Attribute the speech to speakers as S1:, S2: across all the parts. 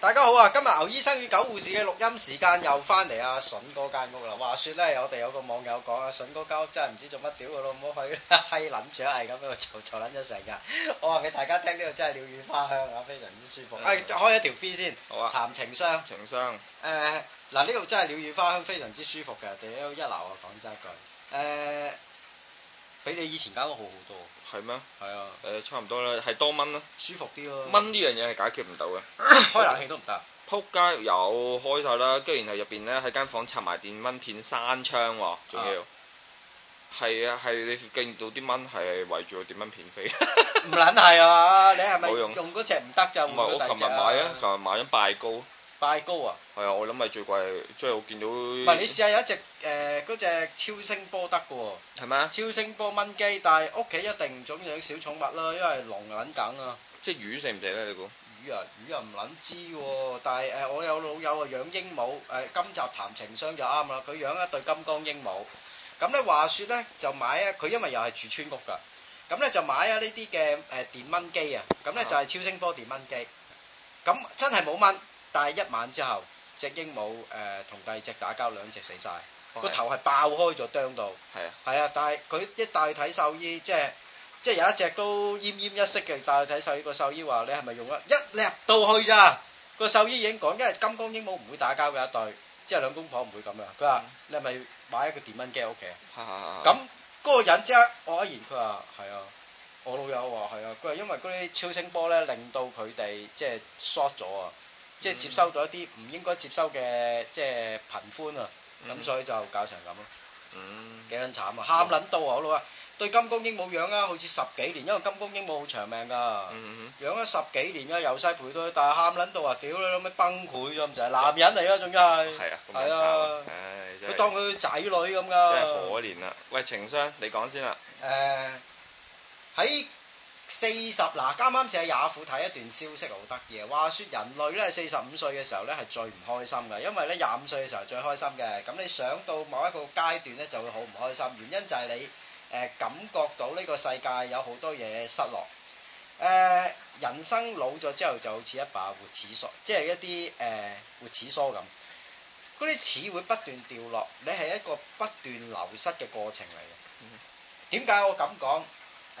S1: 大家好啊！今日牛醫生與狗護士嘅錄音時間又翻嚟啊阿筍嗰間屋啦。話説咧，我哋有個網友講啊，筍嗰間屋真係唔知做乜屌佢老母去閪撚住 係咁喺度嘈嘈撚咗成日。我話俾大家聽，呢度真係鳥語花香啊，非常之舒 服。誒，開一條飛先，
S2: 好啊，
S1: 談情商。
S2: 情商
S1: 誒嗱，呢度真係鳥語花香，非常之舒服嘅，屌一流啊！講真一句，誒比你以前間屋好好
S2: 係咩？
S1: 多。
S2: 誒、
S1: 係啊，
S2: 差唔多啦，係多蚊啦。
S1: 舒服啲咯。
S2: 蚊呢樣嘢係解決唔到嘅，
S1: 開冷氣都唔得。
S2: 撲街有開晒啦，跟住然後入邊咧喺間房插埋電蚊片閂窗喎，仲
S1: 啊
S2: 要係啊係你見到啲蚊係圍住個電蚊片 飛，
S1: 唔撚係啊！你係咪
S2: 冇用
S1: 用嗰只唔得就
S2: 唔係我琴日買啊，琴日買咗拜高，
S1: 拜高啊！
S2: 係啊，我諗係最貴，即係我見到
S1: 唔
S2: 唔
S1: 係你試下有一隻誒嗰只超聲波得嘅喎，
S2: 係咩啊？
S1: 超聲波蚊機，但係屋企一定唔準養小寵物啦，因為籠撚緊啊！
S2: 即係魚食唔食咧？你估？
S1: 魚啊魚啊唔撚知喎，但係誒、我有老友啊養鸚鵡，誒、今集談情商就啱啦，佢養一對金剛鸚鵡，咁咧話説咧就買啊，佢因為又係住村屋㗎，咁咧就買啊呢啲嘅誒電蚊機啊，咁咧就係超聲波電蚊機，咁真係冇蚊，但係一晚之後只鸚鵡誒同第二隻打交，兩隻死晒，個頭係爆開咗啄到。
S2: 係啊，
S1: 係啊，但係佢一帶佢睇獸醫，即係即係有一隻都奄奄一息嘅，帶佢睇獸醫，個獸醫話你係咪用咗一入到去咋？個獸醫已經講，因為金剛鸚鵡唔會打交嘅一對，即係兩公婆唔會咁樣。佢話你係咪買一個電蚊機喺屋企啊？
S2: 係係係。
S1: 咁嗰個人即刻我一言，佢話係啊。我老友話係啊，佢話因為嗰啲超聲波咧，令到佢哋即係 short 咗啊，即係接收到一啲唔應該接收嘅即係頻寬啊，咁
S2: 嗯
S1: 所以就搞成咁咯。
S2: 嗯
S1: 幾撚慘啊！喊撚到啊，我老啊！對金剛鸚鵡養啊，好似十幾年，因為金剛鸚鵡好長命㗎，
S2: 嗯
S1: 養咗十幾年㗎，啊由細陪到佢，但係喊撚到啊！屌你老味崩潰咗咁滯，男人嚟㗎，仲要
S2: 嗯，
S1: 係，
S2: 係啊，咁
S1: 係
S2: 樣
S1: 啊
S2: 慘，唉，真
S1: 佢
S2: 係
S1: 當佢仔女咁
S2: 真係
S1: 㗎。
S2: 可憐啦。喂，情商，你講先啦。
S1: 誒呃喺四十嗱，啱啱先喺雅虎睇一段消息好得意啊！話説人類咧四十五歲嘅時候咧係最唔開心嘅，因為咧廿五歲嘅時候最開心嘅。咁你上到某一個階段咧就會好唔開心，原因就係你誒、呃感覺到呢個世界有好多嘢失落。誒、人生老咗之後就好似一把活齒梳，即係一啲誒、呃活齒梳咁。嗰啲齒會不斷掉落，你係一個不斷流失嘅過程嚟嘅。點解我咁講？誒、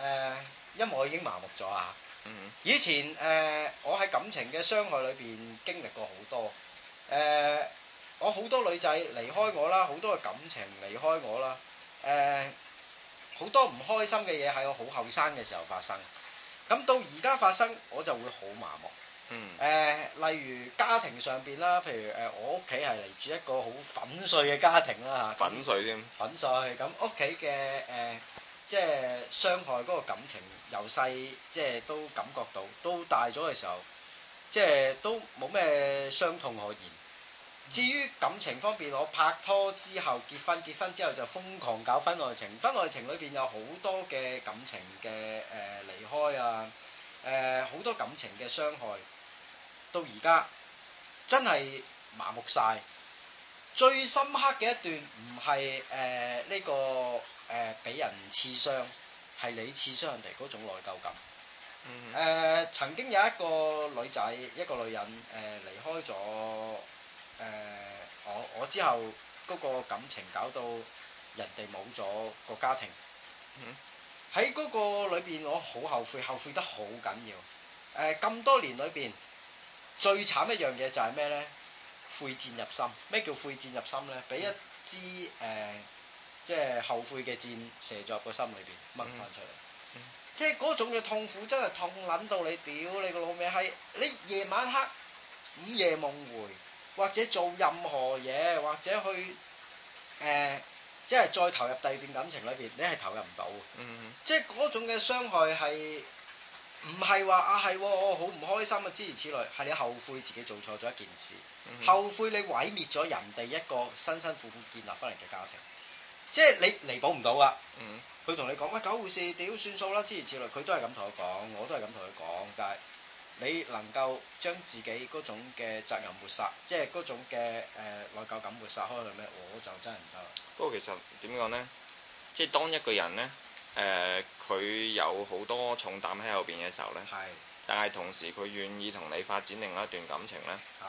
S1: 因為我已經麻木咗啊！
S2: 嗯
S1: 以前誒、我喺感情嘅傷害裏邊經歷過好多。誒、我好多女仔離開我啦，好多嘅感情離開我啦。誒、好多唔開心嘅嘢喺我好後生嘅時候發生。咁到而家發生，我就會好麻木。
S2: 嗯
S1: 誒、。例如家庭上邊啦，譬如誒、我屋企係嚟自一個好粉碎嘅家庭啦嚇。
S2: 粉碎添，
S1: 粉碎，咁屋企嘅誒，即係傷害嗰個感情，由細即係都感覺到，都大咗嘅時候，即係都冇咩傷痛可言。至於感情方面，我拍拖之後結婚，結婚之後就瘋狂搞婚外情，婚外情裏邊有好多嘅感情嘅誒、呃、離開啊，誒、好多感情嘅傷害，到而家真係麻木晒。最深刻嘅一段唔係誒呢個誒俾、人刺傷，係你刺傷人哋嗰種內疚感。誒、
S2: 嗯
S1: 曾經有一個女仔，一個女人誒、呃離開咗誒、呃我，我之後嗰個感情搞到人哋冇咗個家庭
S2: 嗯。
S1: 喺嗰、個裏邊，我好後悔，後悔得好緊要。誒咁多年裏邊，最慘一樣嘢就係咩呢？悔箭入心。咩叫悔箭入心呢？俾一支誒、即係後悔嘅箭射咗入個心裏邊，掹翻出嚟。即係嗰種嘅痛苦真係痛撚到你屌你個老味閪！你夜晚黑午夜夢回，或者做任何嘢，或者去誒、呃即係再投入第二段感情裏邊，你係投入唔到嘅。
S2: 嗯
S1: 即係嗰種嘅傷害係唔係話啊係喎我好唔開心啊諸如此類，係你後悔自己做錯咗一件事。
S2: 嗯
S1: 後悔你毀滅咗人哋一個辛辛苦苦建立翻嚟嘅家庭，即係你彌補唔到噶。
S2: 嗯
S1: 佢同你講喂，狗護士，屌算數啦，諸如此類，佢都係咁同佢講，我都係咁同佢講，但係你能夠將自己嗰種嘅責任抹殺，即係嗰種嘅誒、呃、內疚感抹殺開去咩？我就真係唔得啦。
S2: 不過其實點講呢？即係當一個人呢，誒、佢有好多重擔喺後邊嘅時候呢，
S1: 係
S2: 但係同時佢願意同你發展另外一段感情呢，
S1: 係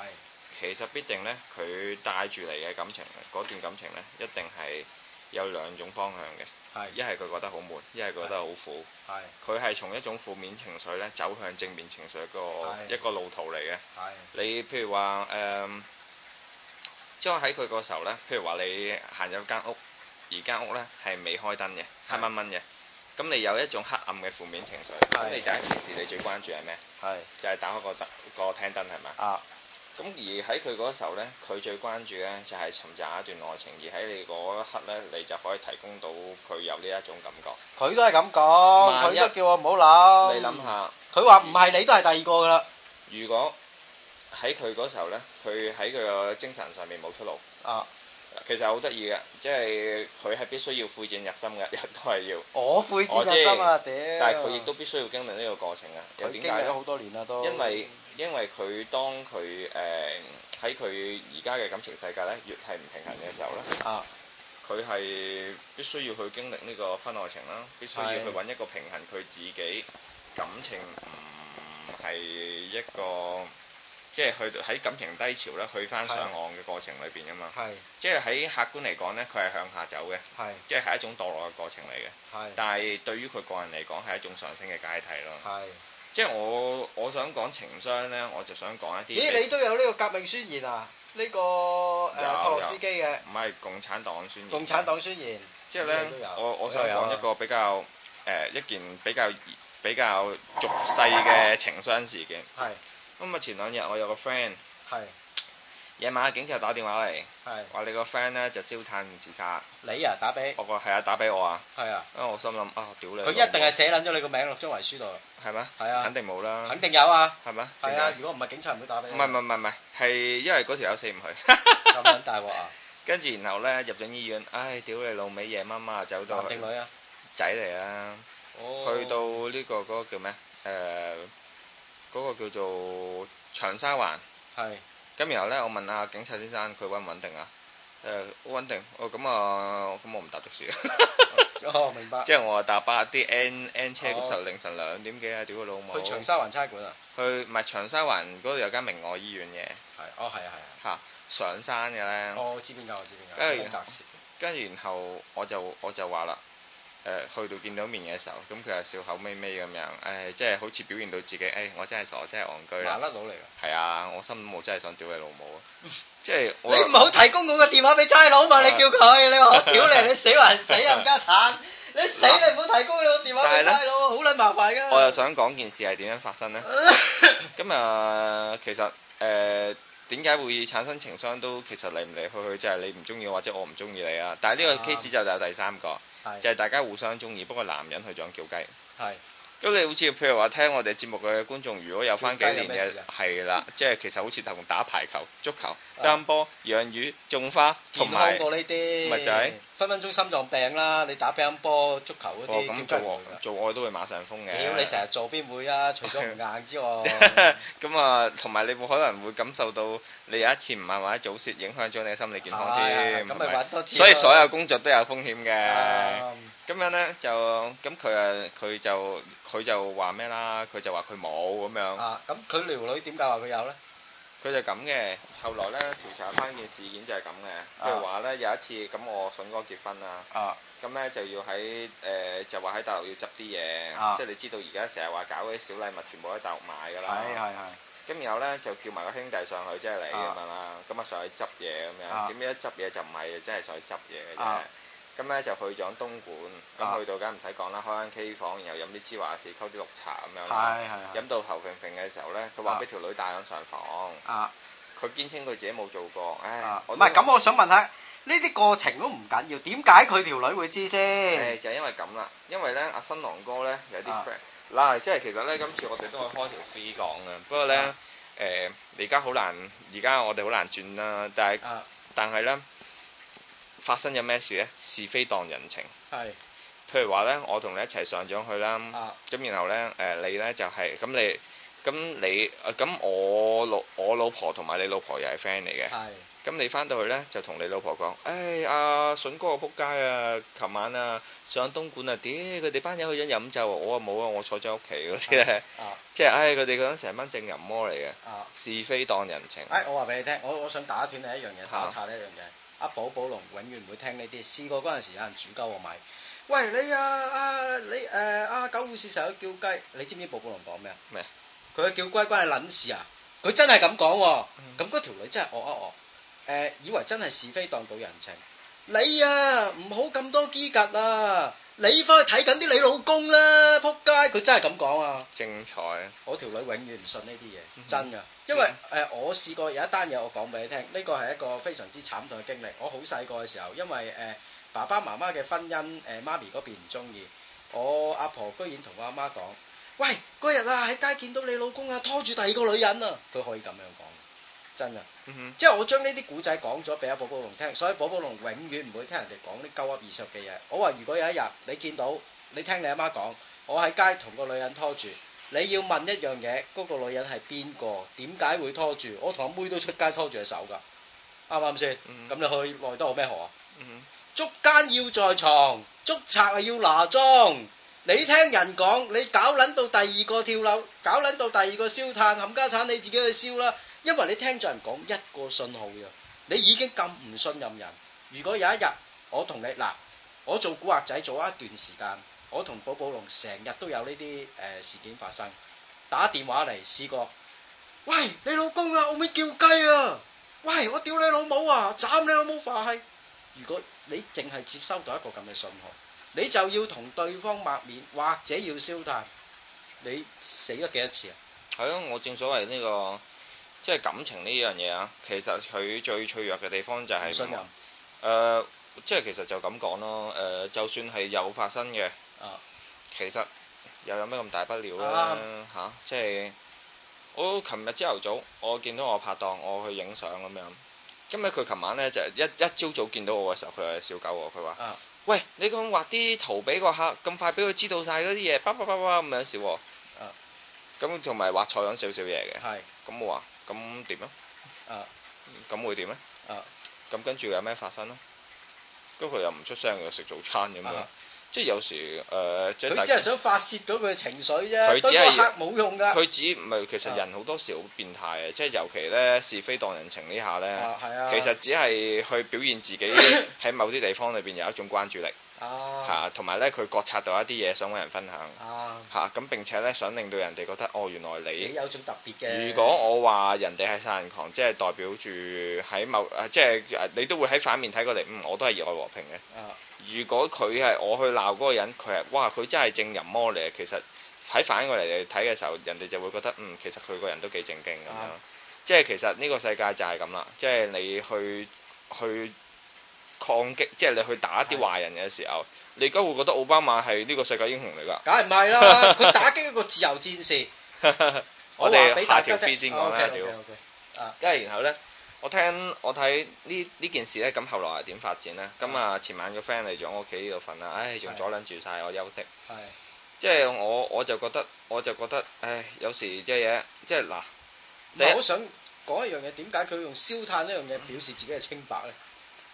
S2: 其實必定呢，佢帶住嚟嘅感情，嗰段感情呢，一定係有兩種方向嘅，
S1: 係
S2: 一係佢覺得好悶，一係覺得好苦。
S1: 係
S2: 佢係從一種負面情緒呢走向正面情緒一個
S1: 係
S2: 一個路途嚟嘅。
S1: 係
S2: 你譬如話誒，即係喺佢個時候咧，譬如話你行入間屋，而間屋咧係未開燈嘅，黑
S1: 係
S2: 掹掹嘅，咁你有一種黑暗嘅負面情緒，
S1: 係
S2: 咁你第一件事你最關注係咩？
S1: 係
S2: 就係打開個燈個廳燈係咪？
S1: 啊
S2: 咁而喺佢嗰時候咧，佢最關注咧就係尋找一段愛情，而喺你嗰一刻咧，你就可以提供到佢有呢一種感覺。
S1: 佢都係咁講，
S2: 萬一
S1: 佢都叫我唔好諗。
S2: 你諗，下，
S1: 佢話唔係你都係第二個噶啦。
S2: 如果喺佢嗰時候咧，佢喺佢個精神上面冇出路。
S1: 啊，
S2: 其實好得意嘅，即係佢係必須要悔戰入心嘅， 亦都係要，
S1: 我悔之入心啊，屌！
S2: 但係佢亦都必須要經歷呢個過程啊。又
S1: 佢
S2: 點
S1: 經
S2: 解
S1: 歷咗
S2: 咧？
S1: 好多年啦都。
S2: 因為因為佢當佢誒喺佢而家嘅感情世界咧，越係唔平衡嘅時候咧，
S1: 啊
S2: 佢係必須要去經歷呢個婚外情啦，必須要
S1: 係
S2: 去揾一個平衡佢自己感情唔係一個，即係去到喺感情低潮咧，去翻上岸嘅過程裏邊啊嘛。
S1: 係
S2: 即係喺客觀嚟講咧，佢係向下走嘅。
S1: 係
S2: 即係一種墮落嘅過程嚟嘅，
S1: 係
S2: 但係對於佢個人嚟講係一種上升嘅階梯咯。
S1: 係。
S2: 即係我我想講情商呢，我就想講一啲
S1: 咦，你都有呢個革命宣言啊？呢個誒
S2: 有
S1: 托洛斯基嘅
S2: 唔係共產黨宣言，
S1: 共產黨宣言。
S2: 即係呢
S1: 你都有，
S2: 我我
S1: 你
S2: 想
S1: 都有啊
S2: 講一個比較誒、呃一件比較比較俗世嘅情商事件。
S1: 係
S2: 咁啊，前兩日我有個 friend
S1: 係
S2: 夜晚警察打電話嚟，
S1: 係。
S2: 話你個 friend 呢就燒炭自殺，
S1: 你啊，打俾
S2: 我個係啊打俾我啊，
S1: 係啊，
S2: 因為我心諗啊屌你老母，
S1: 佢一定係寫撚咗你個名落張遺書度啦，
S2: 係咩？
S1: 係啊
S2: 肯定冇啦，
S1: 肯定有啊。
S2: 係咩？
S1: 係
S2: 點解
S1: 啊，如果唔係警察唔會打俾
S2: 唔
S1: 你。
S2: 係唔係唔係唔係，係因為嗰條友死唔
S1: 咁
S2: 去，
S1: 撚大鑊 啊！
S2: 跟住然後咧入咗醫院，唉屌你老味，夜媽媽走到
S1: 男定女啊？
S2: 仔嚟啦，
S1: 哦
S2: 去到呢個嗰個叫咩？誒嗰個叫做長沙灣，
S1: 係
S2: 咁然後咧我問阿警察先生佢穩唔穩定啊？誒好穩定，哦咁啊，咁我唔搭的士，
S1: 哦，明白。
S2: 即係我搭八啲 N N 車
S1: 哦
S2: 嗰時候凌晨兩點幾啊，屌佢老母！
S1: 去長沙灣差館啊？
S2: 去唔係長沙灣嗰度有間明愛醫院嘅，
S1: 係，哦係啊係啊。
S2: 上山嘅咧。
S1: 哦我知邊間，我知邊
S2: 跟住
S1: 間。好雜事
S2: 跟住然後我就我就話啦，誒、去到見到面嘅時候，咁佢又笑口眯眯咁樣，誒、即係好似表現到自己，誒、我真係傻，真係戇居
S1: 麻
S2: 啦，
S1: 甩佬嚟㗎。
S2: 係啊，我心諗我真係想屌你老母啊，即係
S1: 你
S2: 我
S1: 唔好提供我個電話俾差佬嘛！你叫佢，你話我屌你，你死還死啊，唔家產！你死你唔好提供你個電話俾差佬，好撚麻煩㗎。
S2: 我又想講件事係點樣發生呢？咁啊、其實誒點解會產生情商都其實嚟唔嚟去去就係你唔中意我或者我唔中意你啊，但係呢個
S1: 啊
S2: case 就有第三個，
S1: 係
S2: 就係大家互相中意，不過男人去咗叫雞。
S1: 係
S2: 咁你好似譬如話聽我哋節目嘅觀眾，如果有翻幾年
S1: 點解有咩
S2: 嘅
S1: 事啊
S2: 係啦，即係其實好似同打排球、足球、
S1: 啊
S2: 擔波、養魚、種花同
S1: 健
S2: 埋
S1: 康
S2: 哦
S1: 過呢啲，
S2: 咪就係
S1: 分分鐘心臟病啦！你打乒乓波、足球嗰
S2: 哦咁
S1: 啲叫
S2: 做
S1: 做
S2: 愛做愛都會馬上風嘅。
S1: 屌你成日做邊會啊？除咗唔硬之 外，
S2: 咁啊，同埋你會可能會感受到你有一次唔係或者早泄影響咗你嘅心理健康
S1: 唉
S2: 添，
S1: 啊咁
S2: 係
S1: 咪啊
S2: 咪
S1: 揾多次咯。
S2: 所以所有工作都有風險嘅。
S1: 啱
S2: 咁樣咧就咁佢啊佢就佢就話咩啦？佢就話佢冇咁樣。
S1: 啊，咁佢撩女點解話佢有咧？
S2: 佢就咁嘅，後來咧調查翻件事件就係咁嘅，譬如話咧有一次咁我筍哥結婚啦，
S1: 啊
S2: 咁咧就要喺誒、呃就話喺大陸要執啲嘢，
S1: 啊
S2: 即係你知道而家成日話搞嗰啲小禮物全部喺大陸買㗎啦，
S1: 係
S2: 咁然後咧就叫埋個兄弟上去即係你咁
S1: 啊
S2: 樣啦，咁啊上去執嘢咁樣，
S1: 啊
S2: 點知一執嘢就唔係真係上去執嘢嘅啫
S1: 啊。
S2: 咁咧就去咗東莞，
S1: 啊
S2: 咁去到梗係唔使講啦，開間 K 房，然後飲啲芝華士，溝啲綠茶咁樣啦。
S1: 係
S2: 飲到頭揈揈嘅時候咧，佢話俾條女帶咗上房。
S1: 啊。
S2: 佢堅稱佢自己冇做過，唉，
S1: 啊，
S2: 我
S1: 唔
S2: 都
S1: 係，咁，我想問下呢啲過程都唔緊要，點解佢條女會知
S2: 唉，
S1: 先？
S2: 就係因為咁啦，因為咧阿新郎哥咧有啲
S1: 啊
S2: friend，嗱，即係其實咧今次我哋都可以開條 free 講嘅，不過咧
S1: 啊
S2: 誒，而家好難，而家我哋好難轉啦，但係
S1: 啊，
S2: 但係咧發生咗咩事咧？是非當人情，
S1: 係
S2: 譬如話咧，我同你一齊上咗去啦，
S1: 啊，
S2: 咁然後咧誒你咧就係咁你。咁你誒咁我老我我老婆同埋你老婆又係 friend 嚟嘅。
S1: 係
S2: 咁你翻到去呢，就同你老婆講，誒阿筍哥啊，仆街啊！琴晚啊，上東莞啊，屌佢哋班友去咗飲酒啊，我啊冇啊，我坐咗屋企嗰啲呢，
S1: 啊
S2: 即係哎唉佢哋嗰陣成班正淫魔嚟嘅，
S1: 啊！
S2: 是非當人情。
S1: 哎，我話俾你聽，我我想打斷你一樣嘢，
S2: 嚇
S1: 打岔你一樣嘢。阿寶寶龍永遠唔會聽呢啲，試過嗰陣時有人煮鳩我米。喂你啊啊你誒啊狗護士成日都叫雞，你知唔知寶寶龍講咩啊？
S2: 咩啊？
S1: 佢叫龜關你撚事啊！佢真係咁講喎，
S2: 嗯
S1: 咁嗰條女真係惡一惡，誒、呃以為真係是非當到人情。你啊唔好咁多機格啊！你翻去睇緊啲你老公啦，撲街！佢真係咁講啊！
S2: 精彩，
S1: 我條女永遠唔信呢啲
S2: 嗯
S1: 嘢，真㗎，因為誒、呃我試過有一單嘢，我講俾你聽，呢個係一個非常之慘痛嘅經歷。我好細個嘅時候，因為誒、呃爸爸媽媽嘅婚姻，誒、媽咪嗰邊唔中意，我阿婆居然同我阿媽講：，喂，嗰日啊喺街見到你老公啊拖住第二個女人啊，佢可以咁樣講，真㗎。
S2: 嗯
S1: 即係我將呢啲古仔講咗俾阿寶寶龍聽，所以寶寶龍永遠唔會聽人哋講啲鳩噏二十嘅嘢。我話如果有一日你見到你聽你阿媽講，我喺街同個女人拖住，你要問一樣嘢，嗰、個女人係邊個？點解會拖住？我同阿妹都出街拖住隻手㗎，啱唔啱先？咁、
S2: 嗯
S1: 你去內得我咩河啊？
S2: 哼，嗯
S1: 捉奸要在床，捉賊啊要拿裝。你聽人講，你搞撚到第二個跳樓，搞撚到第二個燒炭，冚家產你自己去燒啦。因為你聽咗人講一個信號啫，你已經咁唔信任人。如果有一日我同你嗱，我做古惑仔做咗一段時間，我同寶寶龍成日都有呢啲誒事件發生，打電話嚟試過，喂你老公啊，我咪叫雞啊，喂我屌你老母啊，斬你老母化閪！如果你淨係接收到一個咁嘅信號，你就要同對方抹面，或者要燒炭，你死得幾多次啊？
S2: 哼，係咯，我正所謂呢個即係感情呢樣嘢啊，其實佢最脆弱嘅地方就係
S1: 唔信任
S2: 誒、呃即係其實就咁講咯。誒、呃就算係有發生嘅，
S1: 啊
S2: 其實又有咩咁大不了啦
S1: 啊
S2: 嚇、即係我琴日朝頭早，我見到我拍檔，我去影相咁樣。咁咧佢琴晚咧就一一朝早見到我嘅時候，佢係笑狗我，佢話：
S1: 啊
S2: 喂，你咁畫啲圖俾個客，咁快俾佢知道晒嗰啲嘢，叭叭叭叭咁樣笑我。
S1: 啊
S2: 咁同埋畫錯咗少少嘢嘅。
S1: 係
S2: 咁我話：咁點啊？
S1: 啊
S2: 咁會點咧？
S1: 啊
S2: 咁跟住有咩發生咯？跟住佢又唔出聲，又食早餐咁樣，
S1: 啊
S2: 即係有時誒、呃即係大
S1: 佢只係想發泄到佢嘅情緒
S2: 佢
S1: 啫，
S2: 只
S1: 對
S2: 係
S1: 個客冇用㗎。
S2: 佢只唔係
S1: 啊
S2: 其實人好多時好變態嘅，即係尤其咧是非當人情呢下咧，
S1: 啊係啊，
S2: 其實只係去表現自 己喺某啲地方裏邊有一種關注力
S1: 啊
S2: 嚇，同埋咧佢覺察到一啲嘢想揾人分享
S1: 啊，
S2: 嚇，咁、並且咧想令到人哋覺得哦原來
S1: 你
S2: 你。
S1: 有種特別嘅。
S2: 如果我話人哋係殺人狂，即係代表住喺某，啊即係呃你都會喺反面睇過嚟，嗯，我都係熱愛和平嘅。
S1: 啊
S2: 如果佢係我去鬧嗰個人，佢係哇佢真係正淫魔嚟嘅，其實喺反過嚟嚟睇嘅時候，人哋就會覺得嗯，其實佢個人都幾正經咁樣
S1: 啊。
S2: 即係其實呢個世界就係咁啦，即係你去去抗擊，即係你去打啲壞人嘅時候，你而家會覺得奧巴馬係呢個世界英雄嚟㗎。
S1: 梗係唔 係啦，佢打擊一個自由戰士。話
S2: 我哋
S1: 俾
S2: 下
S1: 大
S2: 條
S1: 家聽
S2: B 先講啦，屌！
S1: OK，OK，OK，
S2: 因為然後咧，我聽我睇呢呢件事咧，咁後來係點發展咧？咁啊前晚個 friend 嚟咗我屋企呢度瞓啦，唉仲阻撚住晒我休息。
S1: 係
S2: 即係我我就覺得我就覺得，唉，有時即係嘢，即係嗱，
S1: 唔
S2: 第
S1: 係
S2: 一
S1: 我想講一樣嘢，點解佢用燒炭呢樣嘢表示自己嘅清白咧？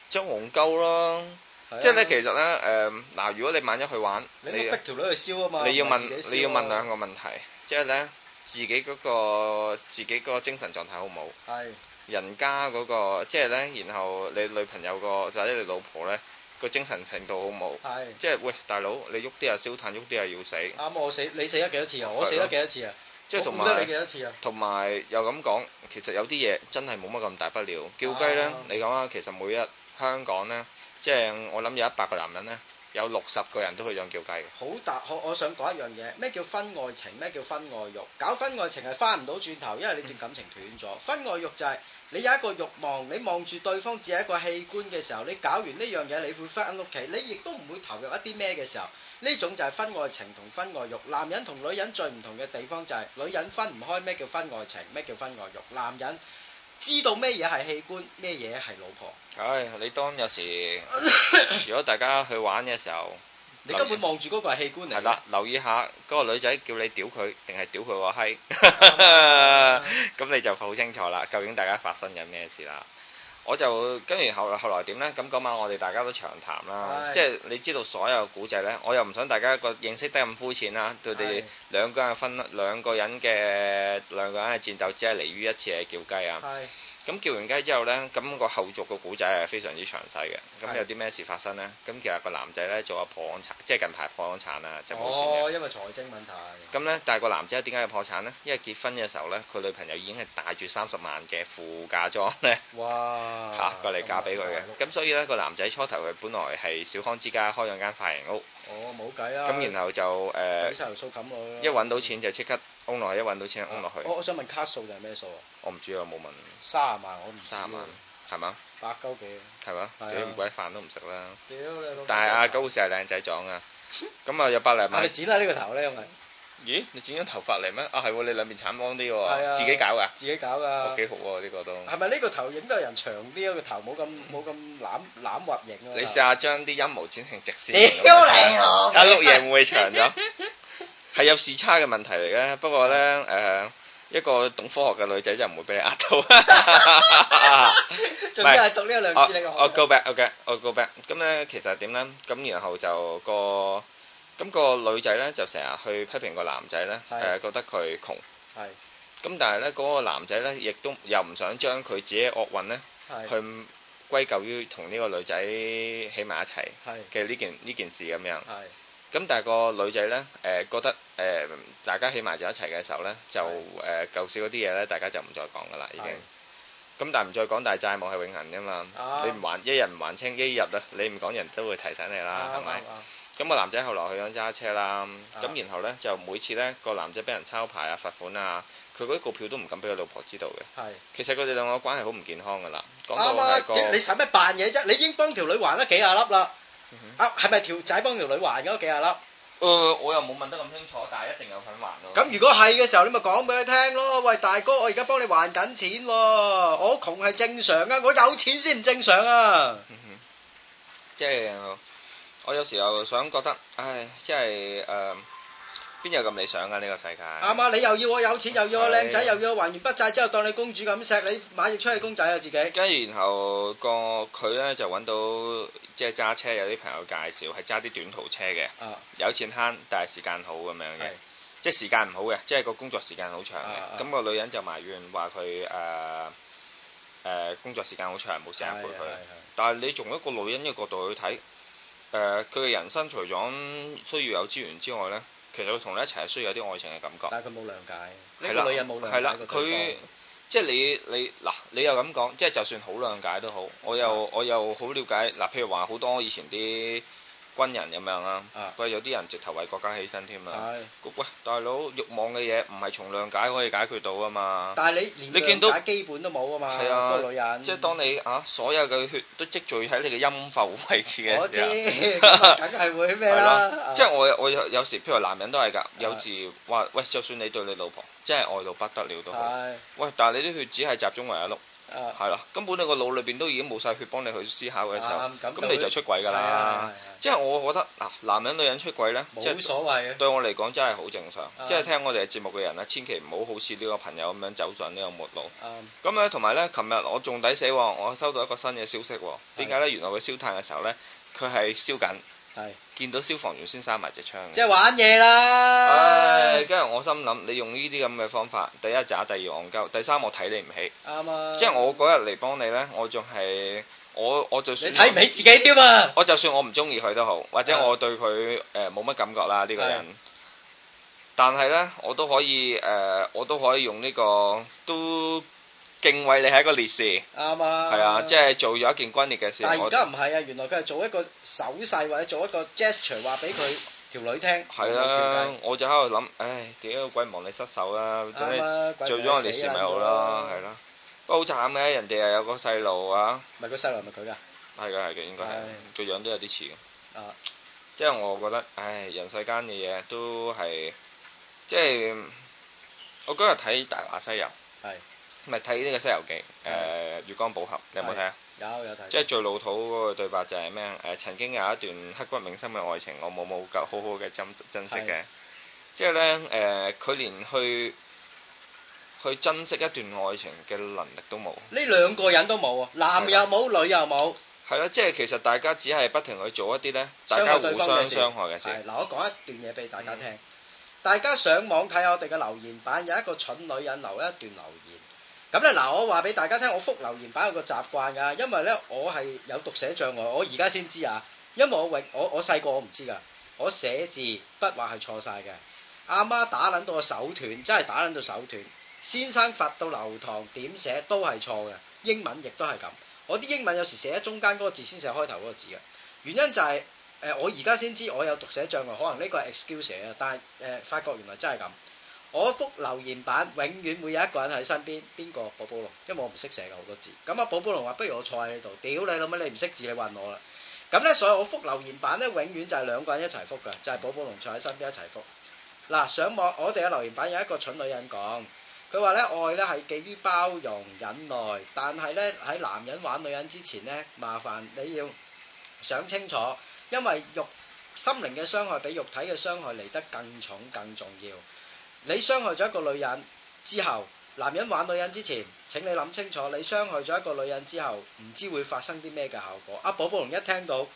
S2: 即係戇鳩咯。
S1: 係啊
S2: 即係咧，其實咧，誒、嗱，如果你萬一去玩，
S1: 你
S2: 你
S1: 冇逼條女去燒啊嘛，
S2: 你要
S1: 唔係
S2: 問
S1: 自己
S2: 你
S1: 燒
S2: 要
S1: 啊
S2: 問兩個問題，即係咧自己嗰、個自己嗰個精神狀態好唔好，
S1: 係
S2: 人家嗰、個即係咧，然後你女朋友個或者你老婆咧個精神程度好唔好？
S1: 係
S2: 即係喂，大佬，你喐啲啊燒炭，喐啲啊要死，
S1: 啱我死你死咗幾多次啊？我死咗幾多次啊？
S2: 即係
S1: 我
S2: 同
S1: 估得你
S2: 埋
S1: 幾多次啊？
S2: 同埋又咁講，其實有啲嘢真係冇乜咁大不了。叫雞呢，
S1: 啊
S2: 你講啊，其實每日香港呢，即係我諗有一百個男人呢，有六十個人都去養叫雞嘅。
S1: 好大，我我想講一樣嘢，咩叫婚外情，咩叫婚外欲？搞婚外情係翻唔到轉頭，因為你段感情斷
S2: 嗯
S1: 咗。婚外欲就係你有一個欲望，你望住對方只係一個器官嘅時候，你搞完呢樣嘢，你會翻屋企，你亦都唔會投入一啲咩嘅時候。呢種就係婚外情同婚外欲。男人同女人最唔同嘅地方就係、女人分唔開咩叫婚外情，咩叫婚外欲。男人知道咩嘢係器官，咩嘢係老婆。
S2: 唉，你當有時如果大家去玩嘅時候，
S1: 你根本望住嗰個係器官嚟
S2: 係
S1: 㗎
S2: 啦，留意下嗰個女仔叫你屌佢，定係屌佢個閪，
S1: 啊
S2: 咁你就好清楚啦，究竟大家發生緊咩事啦。我就跟住後後來點呢？咁嗰晚我哋大家都長談啦，
S1: 係
S2: 即係你知道所有古仔呢，我又唔想大家個認識得咁膚淺啦。佢哋
S1: 係
S2: 兩個人嘅分兩個人嘅兩個人嘅戰鬥，只係嚟於一次嘅叫雞啊。
S1: 係
S2: 咁叫完雞之後呢，咁個後續個古仔係非常之詳細嘅。咁
S1: 係
S2: 有啲咩事發生呢？咁其實個男仔呢，做下破產，即係近排破產啦，就冇錢嘅。
S1: 哦，因為財政問題，
S2: 咁呢，但係個男仔點解要破產呢？因為結婚嘅時候呢，佢女朋友已經係帶住三十萬嘅副嫁妝呢
S1: 哇！
S2: 嚇過嚟嫁俾佢
S1: 啊
S2: 嘅。咁所以呢，個男仔初頭佢本來係小康之家開咗間髮型屋，
S1: 哦，冇計啦。
S2: 咁然後就
S1: 俾
S2: 誒
S1: 細路數冚我啦
S2: 一揾到錢就即刻安落去，一揾到錢就安落去。
S1: 我我想問卡數就係咩數啊？
S2: 我唔知啊，我冇問
S1: 三萬我唔知喎。
S2: 三萬係嘛
S1: 八鳩幾？
S2: 係嘛，
S1: 係啊
S2: 你唔鬼飯都唔食啦。
S1: 屌你老母！
S2: 但係阿高士係靚仔撞啊，咁啊有百零
S1: 係咪
S2: 萬。
S1: 剪啦呢個頭咧？因為
S2: 咦？你剪咗頭髮嚟咩？啊係喎，你兩邊慘光啲
S1: 係
S2: 喎，
S1: 啊
S2: 自己搞㗎，
S1: 自己搞㗎。
S2: 哦幾好喎呢個都。
S1: 係咪呢個頭影到人長啲啊？個頭冇咁冇咁攬攬滑型啊？
S2: 你試下將啲陰毛剪成直線。
S1: 屌你老母
S2: 啊碌 嘢會唔會長咗？係有時差嘅問題嚟嘅，不過咧誒、一個懂科學嘅女仔就唔會俾你呃到。
S1: 仲要係讀呢個量子力學。
S2: 啊我 go back OK，我 go back。咁咧其實點咧？咁然後就個咁、個女仔咧就成日去批評個男仔咧
S1: 係
S2: 誒，覺得佢窮。
S1: 係
S2: 咁但係咧嗰個男仔咧亦都又唔想將佢自己嘅惡運咧
S1: 係
S2: 去歸咎於同呢個女仔喺埋一齊
S1: 係
S2: 嘅呢件呢件事咁樣。
S1: 係
S2: 咁但係個女仔呢，誒、覺得誒、大家起埋就一齊嘅時候呢，就誒舊時嗰啲嘢呢，大家就唔再講噶啦，已經。咁但係唔再講，但係債務係永恆噶嘛。
S1: 啊
S2: 你唔還一日唔還清，一日啊，你唔講人都會提醒你
S1: Ờ,
S2: 啦，啊係咪？
S1: 啱
S2: 咁個男仔後來去咗揸車啦，咁、然後呢，就每次呢個男仔俾人抄牌啊、罰款啊，佢嗰啲告票都唔敢俾佢老婆知道嘅。
S1: 係。
S2: 其實佢哋兩個關係好唔健康噶啦，講到
S1: 啱啊
S2: 係！個
S1: 你使乜扮嘢啫？你已經幫條女還得幾廿粒啦
S2: 嗯。
S1: 啊，係咪條仔幫條女還咗幾廿粒？
S2: 誒我又冇問得咁清楚，但係一定有份還咯。
S1: 咁如果係嘅時候，你咪講俾佢聽咯。喂，大哥，我而家幫你還緊錢喎，我窮係正常啊，我有錢先唔正常啊。
S2: 嗯哼，即係我有時候想覺得，唉，即係誒，呃邊、有咁理想噶呢、個世界？
S1: 啱啊！你又要我有錢，又要我靚仔，
S2: 係
S1: 又要我還完筆債之後當你公主咁錫你，買隻出去公仔啦自己。
S2: 跟住然後個佢咧就揾到即係揸車有啲朋友介紹係揸啲短途車嘅，
S1: 啊
S2: 有錢慳但係時間好咁樣嘅
S1: 係，
S2: 即係時間唔好嘅，即係個工作時間好長
S1: 啊啊
S2: 嘅。咁、個女人就埋怨話佢誒誒工作時間好長，冇時間陪佢。但係你從一個女人嘅角度去睇，誒佢嘅人生除咗需要有資源之外呢，其實佢同你一齊係需要有啲愛情嘅感覺。
S1: 但係佢冇諒解，呢
S2: 係啦
S1: 個女人冇
S2: 係
S1: 諒
S2: 啦
S1: 解個，
S2: 佢
S1: 對
S2: 即係你你嗱，你又咁講，即係就算好諒解都好，我
S1: 啊
S2: 又我又好了解嗱，譬如話好多以前啲軍人咁樣啦
S1: 啊，
S2: 喂有啲人直頭為國家犧牲添
S1: 方。
S2: 啦。
S1: 係，
S2: 喂，大佬，慾望嘅嘢唔係從諒解可以解決到啊嘛。
S1: 但係你
S2: 你
S1: 連
S2: 見到
S1: 諒解基本都冇啊嘛，
S2: 係啊
S1: 嗰個女人。
S2: 即係當你啊所有嘅血都積聚喺你嘅陰埠位置嘅時候。
S1: 我知， 咁啊梗係會咩
S2: 係
S1: 啦
S2: 咯。即係我我有有時，譬如男人都係㗎，有時話喂，就算你對你老婆真係愛到不得了都好，
S1: 係
S2: 喂，但係你啲血只係集中為一碌，
S1: 啊。
S2: 係啦，根本你個腦裏邊都已經冇晒血幫你去思考
S1: ờ,
S2: 嘅時候，
S1: 啱咁
S2: 咁你就出軌㗎
S1: Ờ,
S2: 啦。即係我覺得嗱，男人女人出軌呢，
S1: 會
S2: 即
S1: 啊冇
S2: 係
S1: 所謂啊！
S2: 對我嚟講真係好正常
S1: 啊。
S2: 即係聽我哋嘅節目嘅人呢，千祈唔好好似呢個朋友咁樣走上呢個末路。
S1: 啱
S2: 咁咧，同埋咧，琴日我仲抵死喎，我收到一個新嘅消息喎。點解咧？原來佢燒炭嘅時候咧，佢係燒緊，
S1: 係
S2: 見到消防員先閂埋隻窗嘅。
S1: 即係玩嘢啦
S2: 唉，，跟住我心諗，你用呢啲咁嘅方法，第一渣，第二戇鳩，第三我睇你唔起。
S1: 啱啊！
S2: 即係我嗰日嚟幫你咧，我仲係我我就
S1: 你
S2: 算
S1: 睇唔起自己添啊！
S2: 我就算我唔中意佢都好，或者
S1: 係
S2: 我對佢誒冇乜感覺啦呢個
S1: 啊
S2: 人，但係呢，我都可以誒、呃我都可以用呢、個都敬畏你係一個烈士，係
S1: 啱啊！
S2: 啊，即係做咗一件轟烈嘅事。
S1: 但係而
S2: 我
S1: 家唔係啊，原來佢係做一個手勢或者做一個 gesture 話俾佢條女聽。
S2: 係啦，我就喺度諗，唉，屌鬼望你失手啦，
S1: 冇
S2: 總
S1: 了解，
S2: 之
S1: 啱啊！鬼
S2: 做
S1: 唔
S2: 咗個
S1: 死
S2: 烈士
S1: 啦
S2: 咪好啦，係啦。不過好慘嘅，人哋又有個細路啊，
S1: 咪個細路係咪佢㗎？
S2: 係嘅係嘅，應該係
S1: 係
S2: 個樣都有啲似嘅。
S1: 啊
S2: 即係我覺得，唉，人世間嘅嘢都係，即係我嗰日睇《大話西遊》，
S1: 係
S2: 唔係睇呢個《西遊記》誒、月光寶盒，你有冇睇啊？
S1: 有有睇過。
S2: 即係最老土嗰個對白就係咩啊？誒、曾經有一段刻骨銘心嘅愛情，我冇冇夠好好嘅珍珍惜嘅。即係咧誒，佢、連去去珍惜一段愛情嘅能力都冇。
S1: 呢兩個人都冇啊，男又冇，女又冇，
S2: 係啦，即係其實大家只係不停去做一啲咧，大
S1: 傷
S2: 家
S1: 害對
S2: 互
S1: 方嘅
S2: 相
S1: 事
S2: 傷害嘅事。
S1: 係嗱，我講一段嘢俾大家聽。大家上網睇下我哋嘅留言板，有一個蠢女人留一段留言。咁咧嗱，我話俾大家聽，我覆留言板有個習慣㗎，因為咧我係有讀寫障礙，我而家先知啊。因為我永我我細個我唔知㗎，我寫字筆畫係錯晒嘅。阿媽打撚到我手斷，真係打撚到手斷。先生罰到留堂點寫都係錯嘅，英文亦都係咁。我啲英文有時寫喺中間嗰個字先寫開頭嗰個字嘅，原因就係、誒、呃我而家先知我有讀寫障礙，可能呢個係 excuse 嚟啊，但係誒、發覺原來真係咁。我幅留言板永遠會有一個人喺身邊，邊個？寶寶龍，因為我唔識寫嘅好多字。咁啊，寶寶龍話：不如我坐喺你度，屌你老母，你唔識字，你暈我啦。咁咧，所以我幅留言板咧，永遠就係兩個人一齊覆嘅，就係、寶寶龍坐喺身邊一齊覆。嗱，上網我哋嘅留言板有一個蠢女人講，佢話咧愛咧係基於包容忍耐，但係咧喺男人玩女人之前咧，麻煩你要想清楚，因為肉心靈嘅傷害比肉體嘅傷害嚟得更重更重要。你傷害咗一個女人之後，男人玩女人之前，請你諗清楚，你傷害咗一個女人之後，唔知會發生啲咩嘅效果。阿、寶寶龍一聽到，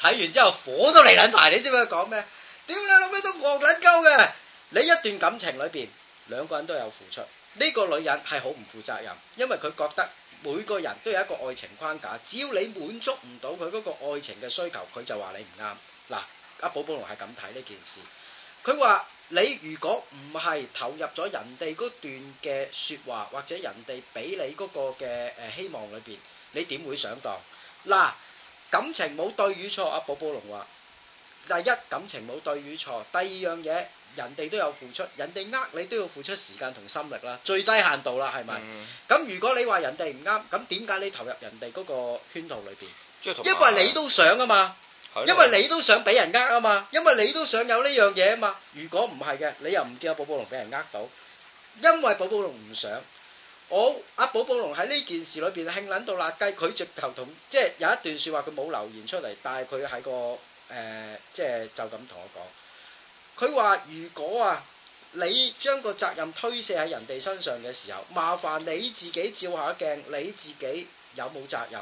S1: 睇完之後火都嚟撚埋，你知唔知佢講咩？屌你老味都惡撚鳩嘅！你一段感情裏邊，兩個人都有付出，呢、個女人係好唔負責任，因為佢覺得。每個人都有一個愛情框架，只要你滿足唔到佢嗰個愛情嘅需求，佢就話你唔啱。嗱，阿寶寶龍係咁睇呢件事，佢話你如果唔係投入咗人哋嗰段嘅説話，或者人哋俾你嗰個嘅誒、呃希望裏邊，你點會上當？嗱，感情冇對與錯，阿寶寶龍話。第一感情冇對與錯，第二樣嘢人哋都有付出，人哋呃你都要付出時間同心力啦，最低限度啦，係咪？
S2: 嗯
S1: 咁如果你話人哋唔啱，咁點解你投入人哋嗰個圈套裏邊？
S2: 即係同
S1: 因為你都想啊嘛，
S2: 係咯
S1: 因為你都想俾人呃啊嘛，因為你都想有呢樣嘢啊嘛。如果唔係嘅，你又唔見阿寶寶龍俾人呃到，因為寶寶龍唔想。我阿寶寶龍喺呢件事裏邊興撚到辣雞，佢直頭同即係有一段説話佢冇留言出嚟，但係佢喺個誒、呃即係就咁同我講，佢話如果啊。你將個責任推卸喺人哋身上嘅時候，麻煩你自己照下鏡，你自己有冇責任？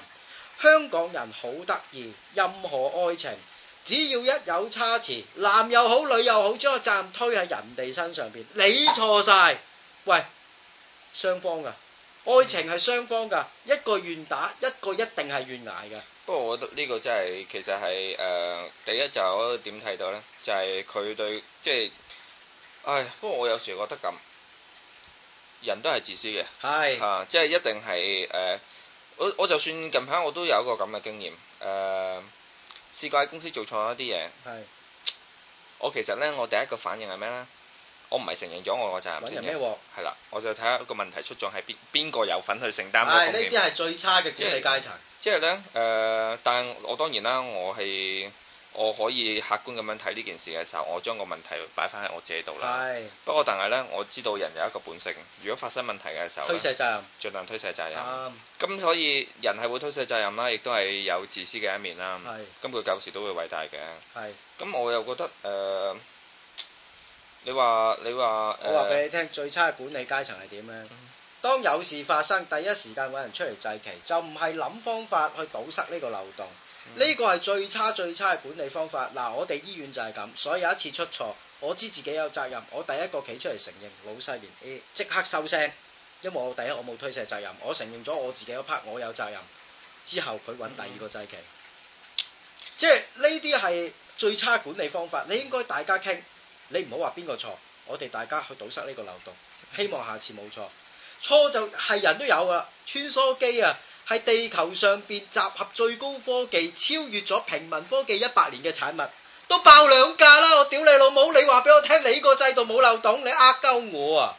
S1: 香港人好得意，任何愛情只要一有差池，男又好女又好，將個責任推喺人哋身上邊，你錯晒。喂，雙方噶，愛情係雙方噶，一個願打，一個一定係願捱嘅。
S2: 不過我覺得呢個真係其實係誒、呃第一就係我點睇到呢？就係、佢對即係，唉，不過我有時覺得咁，人都係自私嘅
S1: 係
S2: 嚇、即係一定係誒、呃我我就算近排我都有一個咁嘅經驗誒、呃，試過喺公司做錯一啲嘢，
S1: 係，
S2: 我其實呢，我第一個反應係咩呢？我唔係承認咗我個責任
S1: 揾
S2: 先
S1: 人咩
S2: 嘅，
S1: 鑊？
S2: 係啦，我就睇下個問題出咗係邊邊個有份去承擔
S1: 係
S2: 嗰
S1: 呢
S2: 個風險
S1: 啲係最差嘅管理階層。
S2: 即係咧，誒、但係我當然啦，我係我可以客觀咁樣睇呢件事嘅時候，我將個問題擺翻喺我自己度啦。
S1: 係
S2: 不過但係咧，我知道人有一個本性，如果發生問題嘅時候
S1: 推
S2: 咧，
S1: 卸啊責任。
S2: 盡量推卸責任。
S1: 啱，
S2: 咁所以人係會推卸責任啦，亦都係有自私嘅一面啦。
S1: 係
S2: 咁佢舊時都會偉大嘅。
S1: 係。
S2: 咁我又覺得誒、呃你話你話呃
S1: 我話
S2: 誒
S1: 俾你聽，最差嘅管理階層係點呢？
S2: 嗯
S1: 當有事發生，第一時間揾人出嚟祭旗，就唔係諗方法去堵塞呢個漏洞。呢個係最差最差嘅管理方法。嗱，我哋醫院就係咁，所以有一次出錯，我知自己有責任，我第一個企出嚟承認，老細連 A 即刻收聲，因為我第一我冇推卸責任，我承認咗我自己嗰 part 我有責任。之後佢揾第二個祭旗，即係呢啲係最差管理方法。你應該大家傾，你唔好話邊個錯，我哋大家去堵塞呢個漏洞，希望下次冇錯。錯就係人都有噶啦，穿梭機啊！係地球上邊集合最高科技，超越咗平民科技一百年嘅產物，都爆兩價啦！我屌你老母！你話俾我聽，你個制度冇漏洞，你呃鳩我啊！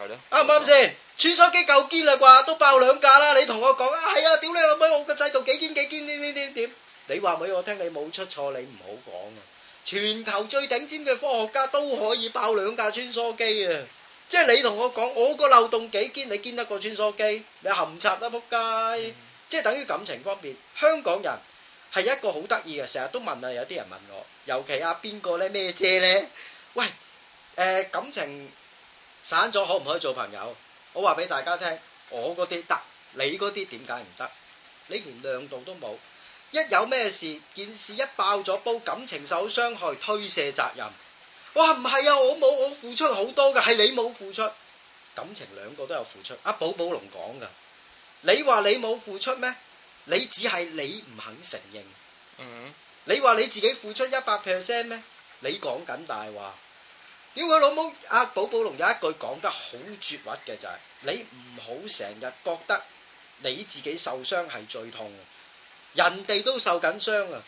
S2: 係咧，
S1: 啱唔啱？先？穿梭機夠堅啦啩，都爆兩價啦！你同我講啊，係啊，屌你老母！我個制度幾堅幾堅點點點點，你話俾我聽，你冇出錯，你唔好講啊！全球最頂尖嘅科學家都可以爆兩架穿梭機啊！即係你同我講，我個漏洞幾堅，你堅得過穿梭機？你含插得仆街！即即係等於感情方面，香港人係一個好得意嘅，成日都問啊，有啲人問我，尤其啊邊個咧咩姐咧，喂誒、呃感情散咗可唔可以做朋友？我話俾大家聽，我嗰啲得，你嗰啲點解唔得？你連量度都冇，一有咩事，件事一爆咗煲，感情受傷害，推卸責任。哇，唔係啊，我冇，我付出好多嘅，係你冇付出。感情兩個都有付出。阿寶寶龍講噶，你話你冇付出咩？你只係你唔肯承認。
S2: 嗯，
S1: 你話你自己付出一百 percent 咩？你講緊大話。屌佢老母！阿寶寶龍有一句講得好絕核嘅就係、你唔好成日覺得你自己受傷係最痛嘅，人哋都受緊傷啊！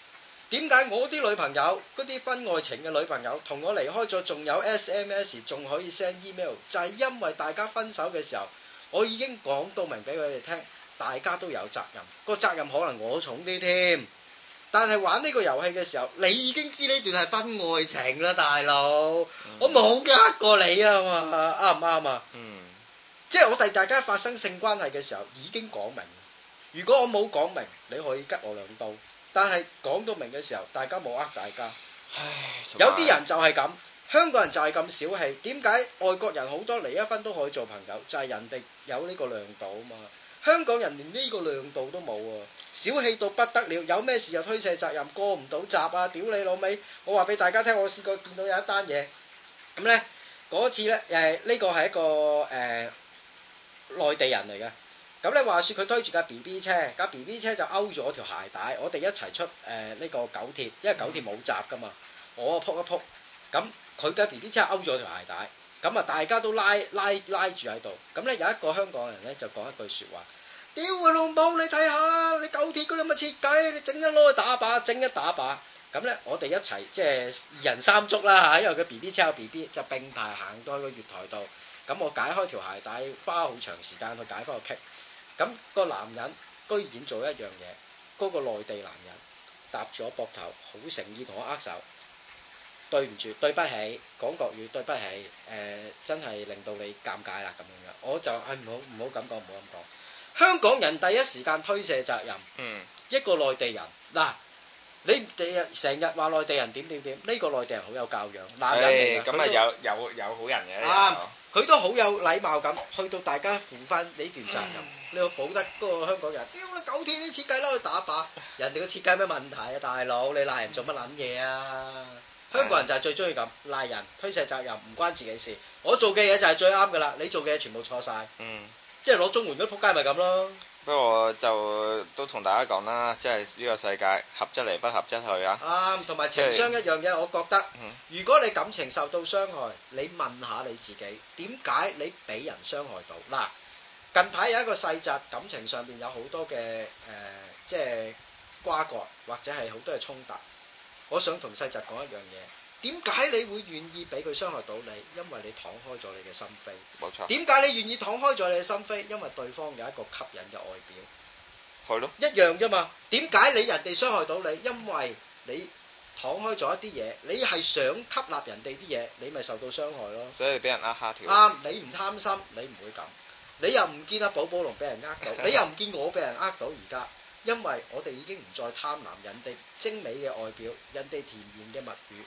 S1: 點解我啲女朋友嗰啲婚外情嘅女朋友同我離開咗，仲有 SMS，仲可以 send email，就係因為大家分手嘅時候，我已經講到明俾佢哋聽，大家都有責任，個責任可能我重啲添。但係玩呢個遊戲嘅時候，你已經知呢段係婚外情啦，大佬，我冇呃過你啊嘛，啱唔啱啊？
S2: 嗯，
S1: 即係我哋大家發生性關係嘅時候已經講明，如果我冇講明，你可以吉我兩刀，但係講到明嘅時候，大家冇呃大家。
S2: 唉，同
S1: 有
S2: 埋
S1: 啲人就係咁，香港人就係咁小氣。點解外國人好多離一分都可以做朋友？就係、人哋有呢個量度啊嘛。香港人連呢個量度都冇啊，小氣到不得了，有咩事就推卸責任，過唔到閘啊！屌你老味！我話俾大家聽，我試過見到有一單嘢，咁咧嗰次咧誒呢、個係一個誒、內地人嚟嘅。咁咧話説佢推住架 B B 車，架 B B 車就勾住我條鞋帶，我哋一齊出誒呢、個九鐵，因為九鐵冇閘噶嘛。我啊撲一撲，咁佢嘅 B B 車勾咗條鞋帶，咁啊大家都拉拉拉住喺度，咁咧有一個香港人咧就講一句説話：，屌佢老母，你睇下你九鐵嗰啲咁嘅設計，你整一攞去打靶，整一打靶。咁咧，我哋一齊即係二人三足啦嚇，因為佢 B B 車有 B B 就並排行到去個月台度，咁我解開條鞋帶，花好長時間去解翻個棘。咁、個男人居然做一樣嘢，嗰、個內地男人搭住我膊頭，好誠意同我握手。對唔住，對不起，講國語對不起，誒、呃真係令到你尷尬啦咁樣樣，我就係唔好唔好咁講，唔好咁講。香港人第一時間推卸責任，
S2: 嗯
S1: 一個內地人嗱，你哋成日話內地人點點點，呢、個內地人好有教養，男人嚟㗎
S2: 唉咁啊
S1: 佢都
S2: 有有有好人嘅，
S1: 啱
S2: 有
S1: 佢都好有禮貌咁，去到大家負翻呢段責任，你要保得嗰個香港人，屌你九天啲設計啦去打靶，人哋嘅設計有咩問題啊，大佬你賴人做乜撚嘢啊？香港人就係最中意咁賴人推卸責任，唔關自己事。我做嘅嘢就係最啱噶啦，你做嘅嘢全部錯晒，
S2: 嗯。
S1: 即係攞中援嗰啲撲街咪咁咯。
S2: 不過就都同大家講啦，即係呢個世界合則嚟不合則去啊。
S1: 啱，同埋情商一樣嘢，我覺得
S2: 嗯，
S1: 如果你感情受到傷害，你問下你自己，點解你俾人傷害到？嗱，近排有一個細節，感情上邊有好多嘅誒、呃即係瓜葛或者係好多嘅衝突。我想同細節講一樣嘢，點解你會願意俾佢傷害到你？因為你敞開咗你嘅心扉。
S2: 冇錯，
S1: 點解你願意敞開咗你嘅心扉？因為對方有一個吸引嘅外表。
S2: 係咯，
S1: 一樣啫嘛。點解你人哋傷害到你？因為你敞開咗一啲嘢，你係想吸納人哋啲嘢，你咪受到傷害咯。
S2: 所以俾人呃蝦條。
S1: 啱，你唔貪心，你唔會咁。你又唔見阿寶寶龍俾人呃到，你又唔見我俾人呃到而家，因為我哋已經唔再貪婪人哋精美嘅外表，人哋甜言嘅蜜語。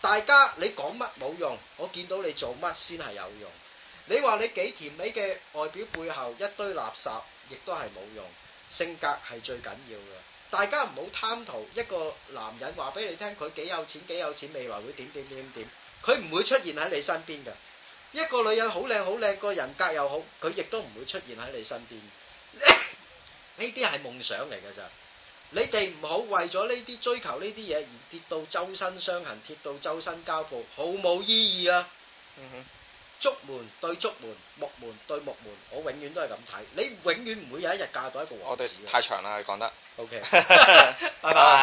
S1: 大家你講乜冇用，我見到你做乜先係有用。你話你幾甜美嘅外表背後一堆垃圾，亦都係冇用。性格係最緊要嘅。大家唔好貪圖一個男人話俾你聽佢幾有錢幾有錢，未來會點點點點，佢唔會出現喺你身邊嘅。一個女人好靚好靚，個人格又好，佢亦都唔會出現喺你身邊。 呢啲係夢想嚟嘅咋。你哋唔好為咗呢啲追求呢啲嘢而跌到周身傷痕，跌到周身交布，毫無意義啊！
S2: 嗯哼
S1: 竹門對竹門，木門對木門，我永遠都係咁睇。你永遠唔會有一日嫁到一個
S2: 我
S1: 王
S2: 哋
S1: 子嘅。
S2: 太長啦，講得。
S1: OK，拜
S2: 拜
S1: 拜。